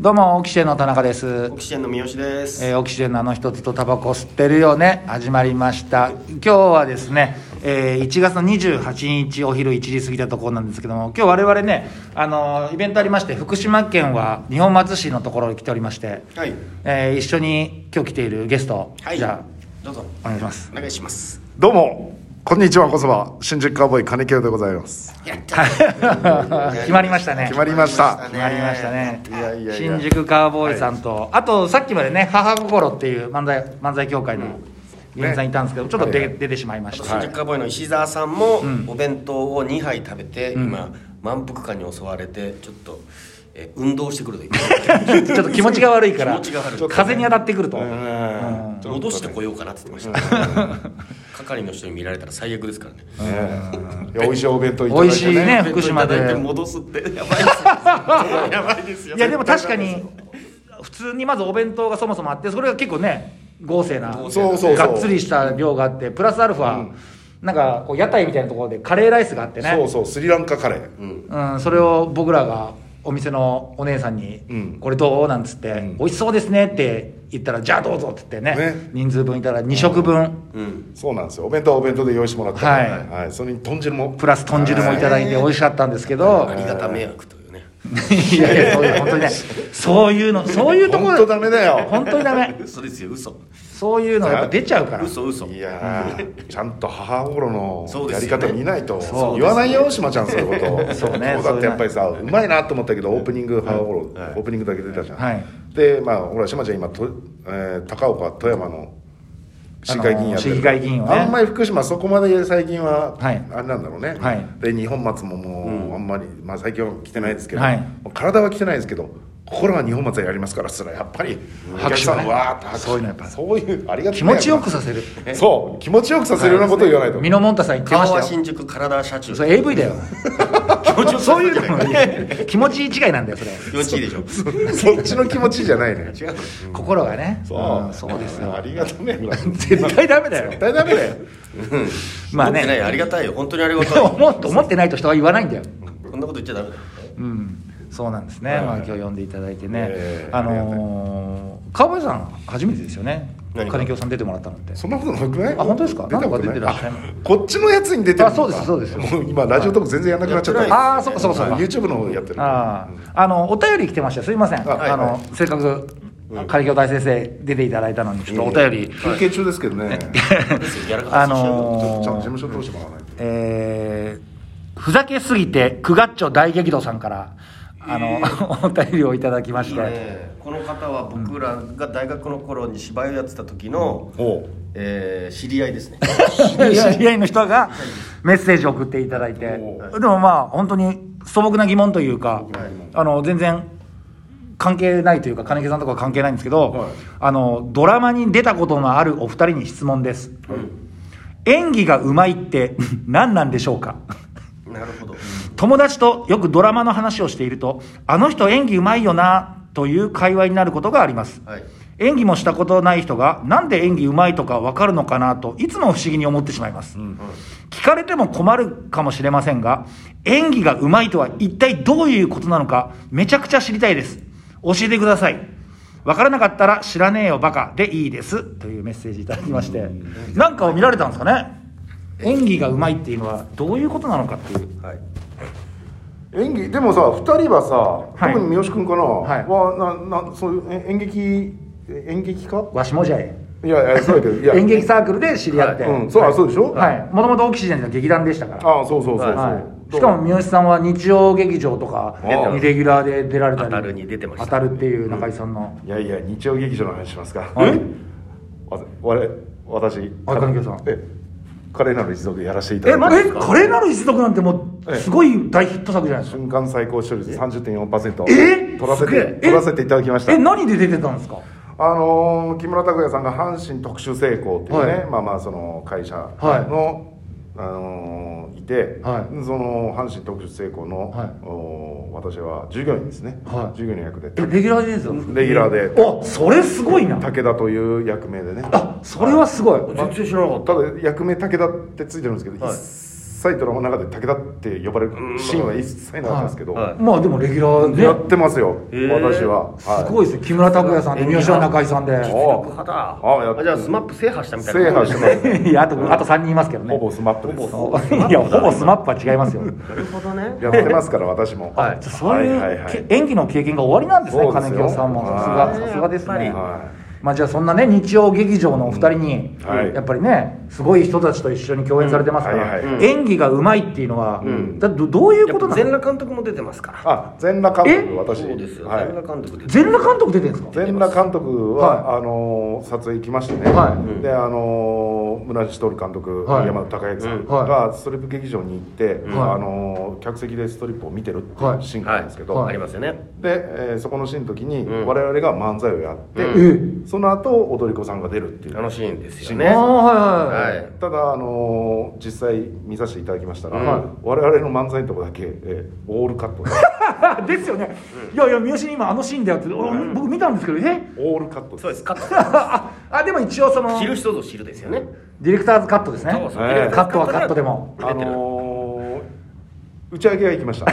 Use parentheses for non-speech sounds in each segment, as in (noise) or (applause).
どうもオキシエンの田中ですオキシエンの三好です、えーオキシエンのあの一つとタバコ吸ってるよね始まりました今日はですね、えー1月の28日お昼1時過ぎたところなんですけども今日我々ねあのーイベントありまして福島県は二本松市のところに来ておりまして、はいえー一緒に今日来ているゲスト、はいじゃどうぞあお願いしますお願いしますどうもこんにちはこそば新宿カウボーイ金清でございますやった (laughs) 決まりましたね決まりました決まりましたねいやいやいや新宿カーボーイさんと、あとさっきまでね「母心」っていう漫才漫才協会の芸人さんいたんですけど、ちょっと出,、はいは出てしまいました、新宿カーボーイの石澤さんもお弁当を2杯食べて、今満腹感に襲われてちょっと、え運動して (laughs) くるというちょっと気持ちが悪いから気持ちが悪い風に当たってくると、うん戻してこようかなって言ってました係の人に見られたら最悪ですからねねいや美味しいお弁当いただ美い味していねね福島でお弁当いただいて戻すってやばいですよやばいですよいやでも確かに普通にまずお弁当がそもそもあってそれが結構ね豪勢な豪勢そうそうそうがっつりした量があってプラスアルファ、なんかこう屋台みたいなところでカレーライスがあってねそうそうスリランカカレー、うん、それを僕らがお店のお姉さんに「うんこれどう?」なんつって、ん美味しそうですね」って言ったら「じゃあどうぞ」って言ってねね人数分いたら2食分うんそうなんですよお弁当はお弁当で用意してもらったんではいはい、それに豚汁もプラス豚汁もいただいて美味しかったんですけどありがた迷惑というねいやいやそういう本当にねそういうのそういうとこ本ろ当ダメだよ本当にダ (laughs) メ嘘ですよ嘘そういうのやっぱ出ちゃうから嘘嘘いやーちゃんと母頃そうのでやすりよね方見ないと、そう言わないよ島ちゃんそういうこと (laughs) そうねだってやっぱりさうまいなと思ったけどオープニング母頃、はいオープニングだけ出たじゃん、はいでまあほら島ちゃん今と、えー高岡富山の市議会議員やってある、の市議会議員をねあんまり福島そこまで最近は、はいあれなんだろうね、はいで日本松ももう、あんまり、まあ、最近は来てないですけど、はいもう体は来てないですけど心は日本松やりますからそれはやっぱりお客さ拍手をんねわーっと拍手そういうのやっぱそういうありがたい気持ちよくさせるそう気持ちよくさせるようなことを言わないと、ミノモンタさん言って顔ましはたよ新宿体は車中それ AV だ (laughs) よそういうのもね気持ち違いなんだよそれ気持ちいいでしょそっちの気持ちじゃないね違う心がねんそうですあよりがとうね絶対ダメだよ絶対ダメだよまあ思ってないねありがたいよ本当にありがた (laughs) い思っ思ってないと人は言わないんだよこんなこと言っちゃダメだようんそうなんですね、はいまあ、今日呼んでいただいてね、ええあのー、川越さん初めてですよね何が金京さん出てもらったのってそんなことなくないあ本当ですか出たことなんか出てらっしゃいますあこっちのやつに出てるのかあそうですそうですもう今ラジオとか全然やんなくなっちゃったはいああそうかそうかそうか、 YouTube の方やってるあああのお便り来てましたすいませんあ,、あはいの、はせっかく金京大先生出ていただいたのにちょっとお便り、休憩中ですけどねちですよやらかあしちゃうよょっとのちゃんー、と事務所通してもらわないとえーふざけすぎてクガッチョ大激怒さんからあの、 (laughs) お便りをいただきましてねこの方は僕らが大学の頃に芝居をやってた時の、おうえー知り合いですね知 (laughs) り合いの人がメッセージを送っていただいてでおもまあ本当に素朴な疑問というかあの全然関係ないというか金木さんとかは関係ないんですけど、はいあのドラマに出たことのあるお二人に質問です、演技がうまいって (laughs) 何なんでしょうかなるほど友達とよくドラマの話をしているとあの人演技うまいよなという会話になることがありますはい演技もしたことない人がなんで演技うまいとか分かるのかなといつも不思議に思ってしまいます、聞かれても困るかもしれませんが演技がうまいとは一体どういうことなのかめちゃくちゃ知りたいです教えてください分からなかったら知らねえよバカでいいですというメッセージいただきましてなんかを見られたんですかね演技がうまいっていうのはどういうことなのかっていうはい演技でもさ2人はさはい特に三好君かなはいはななそういうえ演劇え演劇かわしもじゃえいやいやそうだけどい (laughs) や演劇サークルで知り合って、うんそうあそうでしょはいもともとオキシジェンの劇団でしたからああそうそうそうそう、はい、しかも三好さんは日曜劇場とか出てますにレギュラーで出られたり当たるに出てました当たるっていう中井さんの、いやいや日曜劇場の話しますかはいわ我私あ金城さんえ華麗なる一族やらせていただえいたマジですか華麗なる一族なんてもうええすごい大ヒット作じゃないですか瞬間最高視聴率30.4%え取らせすげえて取らせていただきましたえ何で出てたんですかあのー木村拓哉さんが阪神特殊成功っていうね、はいまあまあその会社の、あのーいて、はいその阪神特殊成功の、はいおー私は従業員ですね、はい従業員の役でえレギュラーでですよレギュラーであそれすごいな武田という役名でねあそれはすごい全然知らなかっだ役名武田ってついてるんですけど、一切ドラマの中で武田って呼ばれるシーンは一切なかったんですけど、はいまあでもレギュラやーっねてますよ、へー私は、はすごいですね木村拓哉さんで三好中居さんでお楽派だあやっあじゃあスマップ制覇したみたいな制覇してます (laughs) ねいやあとあと3人いますけどねほぼスマップです (laughs) ほいやほぼスマップは違いますよなるほどねやってますから私も、はいじゃあそういう、はいはいはいけ演技の経験が終わりなんですねそうです金よ清さんもさすはがいさすがですやねっぱはまあじゃあそんなね日曜劇場のお二人に、うんはいやっぱりねすごい人たちと一緒に共演されてますから、うんはいはいうん演技がうまいっていうのは、んだどどういうことな全の裸監督も出てますからあ全裸監督え私そうですよは全い、裸監督出て全裸監督出てるんですか全裸監督は、あのー撮影行きましてね、はいであのー村地徹監督、はい山田孝之さんはいがストリップ劇場に行って、はいあのー客席でストリップを見てるっていはいうシーンがあはいるんですけど、はいありますよねで、えーそこのシーンの時に、うん我々が漫才をやって、えその後踊り子さんが出るっていう楽しいんですよえねああはいはい、は、はいいただ、あのー実際見させていただきましたら、うん我々の漫才のとこだけ、えーオールカットです (laughs) ですよね、いやいや三好に今あのシーンだよって、俺僕見たんですけどえ (laughs) オールカットですそうですカッああでも一応そのト知るデ人ぞ知るですよねィレクターズカットですねそうそうええディレクタカーットはカットで (laughs) も出あてるのー打ち上げが行きました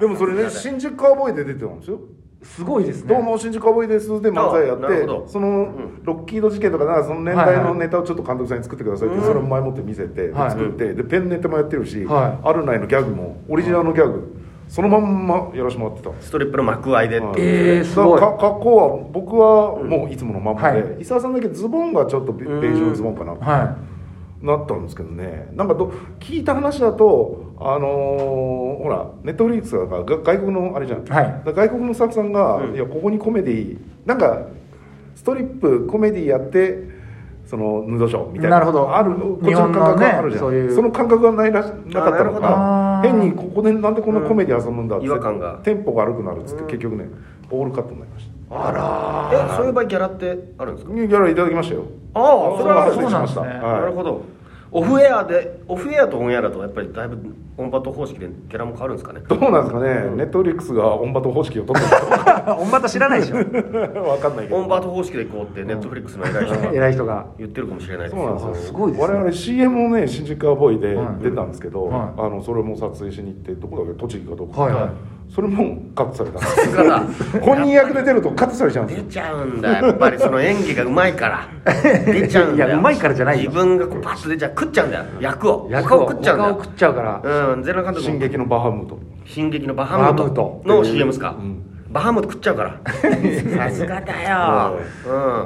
でもそれね新宿カウボーイで出てたんですよすごいですねどうも新宿カウボーイですで漫才やあなるほっどてそのロッキード事件とかなその年代のネタをちょっと監督さんに作ってくださいってそれを前もって見せてではい作ってでペンネタもやってるしはあるないのギャグもオリジナルのギャグそのまんまやらしてもらってたんですストリップの幕開いでっていええうだすかごらいか格好は僕はもういつものまんまはで伊沢さんだけズボンがちょっとベベージュのズボンかなはなったんですけどねなんかど聞いた話だとあのーほらネットフリックスがが外国のあれじゃん、はいだから外国のスタッフさんが、いやここにコメディなんかストリップコメディやってそのヌードショーみたいななるほどあるこっちの感覚があるじ日ゃん本のねそういうの感覚がないらしなかったのあかなるほど変にここでなんでこんなコメディ遊ぶんだって、うん違和感がテンポが悪くなるっつって、結局ねオールカットになりましたえそういう場合ギャラってあるんですかギャラいただきましたよあそれはは発生しました、そうなんですねはいなるほどオフエアでオフエアとオンエアだとやっぱりだいぶオンバト方式でギャラも変わるんですかねどうなんですかね、ネットフリックスがオンバト方式を取ってるのかいおまた知らないでしょわかんない (laughs) けどオンバト方式で行こうってネットフリックスの偉い人 (laughs) が偉い人が言ってるかもしれないですそうなんよですよすごいですね我々 CM をね新宿カウボーイではい出たんですけど、はいあのそれも撮影しに行ってどこだっけ栃木かどこか、はいはいそれもカットされただから本人役で出るとカットされちゃうんです出よちゃうんだやっぱりその演技がうまいから出ちゃうんだよいやうまいからじゃないよ自分がこうパッと出ちゃう食っちゃうんだよ役をや他を食っちゃうんだ食っちゃうからようん全裸監督進も撃のバハムート進撃のバハムートバハムートの CM ですか、バハムート食っちゃうから (laughs) さすがだよ、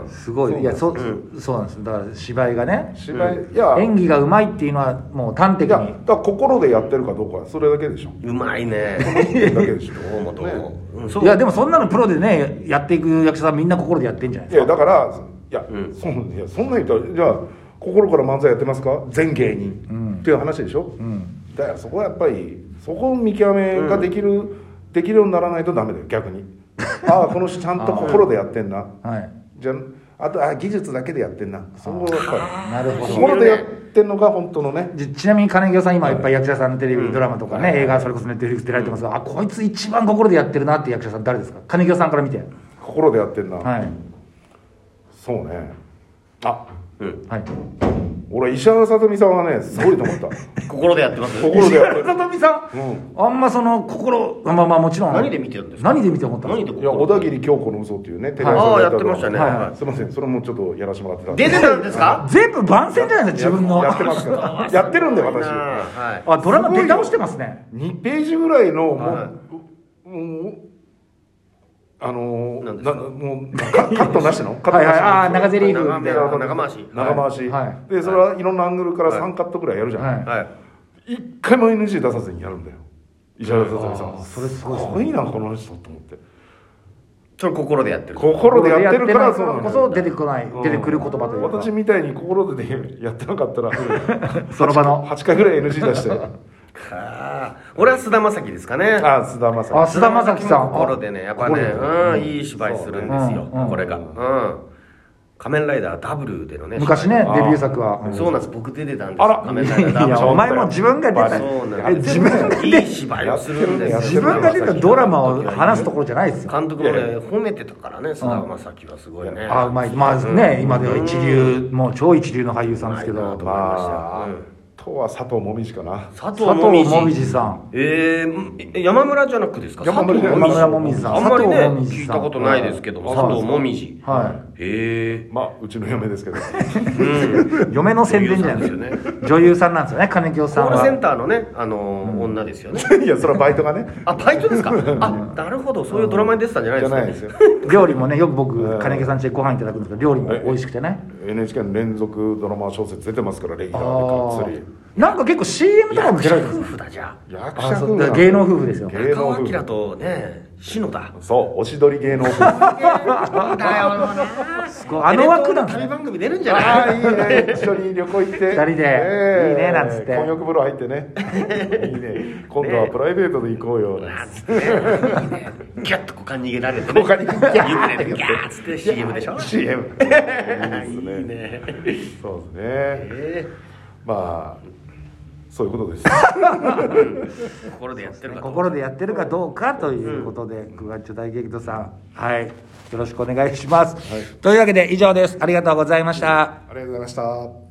うん、すごいいやそ,、そうなんですだから芝居がね芝居、いや演技がうまいっていうのはもう端的いやにだから心でやってるかどうかそれだけでしょうまいねそれだけでしょどうもどうも、ねうんそういやでもそんなのプロでねやっていく役者さんみんな心でやってんじゃないいですやだからいや,、そん、いやそんなん言ったらじゃあ心から漫才やってますか全芸人、っていう話でしょ、だからそこはやっぱりそこを見極めができる、できるようにならないとダメだよ逆 (laughs) にああこの人ちゃんと心でやってんなかはいじゃああとあ技術だけでやってんなそこをやっぱなるりほど心でやってんのが本当のねじちなみに金城さん今いっぱい役者さんテレビドラマとかね映画それこそネットフリックス出られてますがあこいつ一番心でやってるなって役者さん誰ですか金城さんから見て心でやってんな、はいそうねあうんはい俺石原さとみさんはねすごいと思った (laughs) 心でやってます心でやってるさとみさん、うあんまその心まあまあもちろん何で見てるんですか何で見て思ったんです何かでいや心小田切京子の嘘っていうねテレ朝でああやっドてラまマしたね、はいはいすみません、それもちょっとやらせてもらってたんで。出てたんですか (laughs) 全部番宣じゃないですか自分のやってますから。やってるんで、私。はあドラマ出倒してますね2ページぐらいの、もう、はもう、あのー、何ですかなもう、カカットなしのカットはいはいああなしの長ゼリーフみたいな長長回し長回し、はいはで、それはいろんなアングルから3カットぐらいやるじゃん。はいい、はい、一回も NG 出さずにやるんだよ。石原さとみさあん。ーそれすごいですねごいな、この人と思って。それ心でやってる心でやってるから、心でやってないからこそ出てこない出てくる言葉というか私みたいに心でやってなかったらその場の8回ぐらい NG 出 (laughs) してあー俺は菅田将暉ですかねああ須田まあさ菅田将暉さんも心でねやっぱね心でうんいい芝居するんですよ、うんうんこれがうん仮面ライダーダブルでのね昔ねデあービュー作は芝居そうなんです僕出てたんですあら仮面ライダーいダブルやお前も自分が出たそうなんえです自分がいい芝居をするんですよ自分が出たドラマを話すところじゃないですよ監督もね褒めてたからね菅田将暉はすごいねあうまいまあね今では一流もう超一流の俳優さんですけどうまいなとんまあ、とは佐藤もみじかな佐藤佐藤ももみみじじさんえー、え山村じゃなくですか山村佐藤山村もみじさんあんまりね佐藤もみ聞じいさんたことないですけどはい佐藤もみじはへえまあうちの嫁ですけど (laughs) い嫁の宣伝じゃないです (laughs) 女優さんですか女優さんなんですよね金京コさんールセンはターのねあのー女ですよねいやそれはバイト (laughs) がねあバイトですかあなるほどそういうドラマに出てたんじゃないじでゃすかないですよ料理もねよくう僕ん金京さんちでご飯いただくんですけど料理も美味しくてね NHK の連続ドラマ小説出てますからレギュあラーでがっつあなんか結構 CM とかも出られて夫ます婦だじゃり役あ者そ風うなだのから芸能夫婦ですよあ芸中能尾夫婦明とね篠田そうおしどり芸 (laughs) 能風あすごいあの枠なんテでレすね東の旅番組出るんじゃないあいいね一緒に旅行行って二人でいいねなんつって混浴風呂入っ (laughs) てねいいね今度はプライベートで行こうよなんつってギャッと股間逃げられて、ね、股間にギャーっつって CM でしょ CM いいですねそうですね、えまあそういうことですー、心でやってるかと心でやってるかどうかということで、九月大激怒さんはいよろしくお願いします、というわけで以上ですありがとうございました、ありがとうございました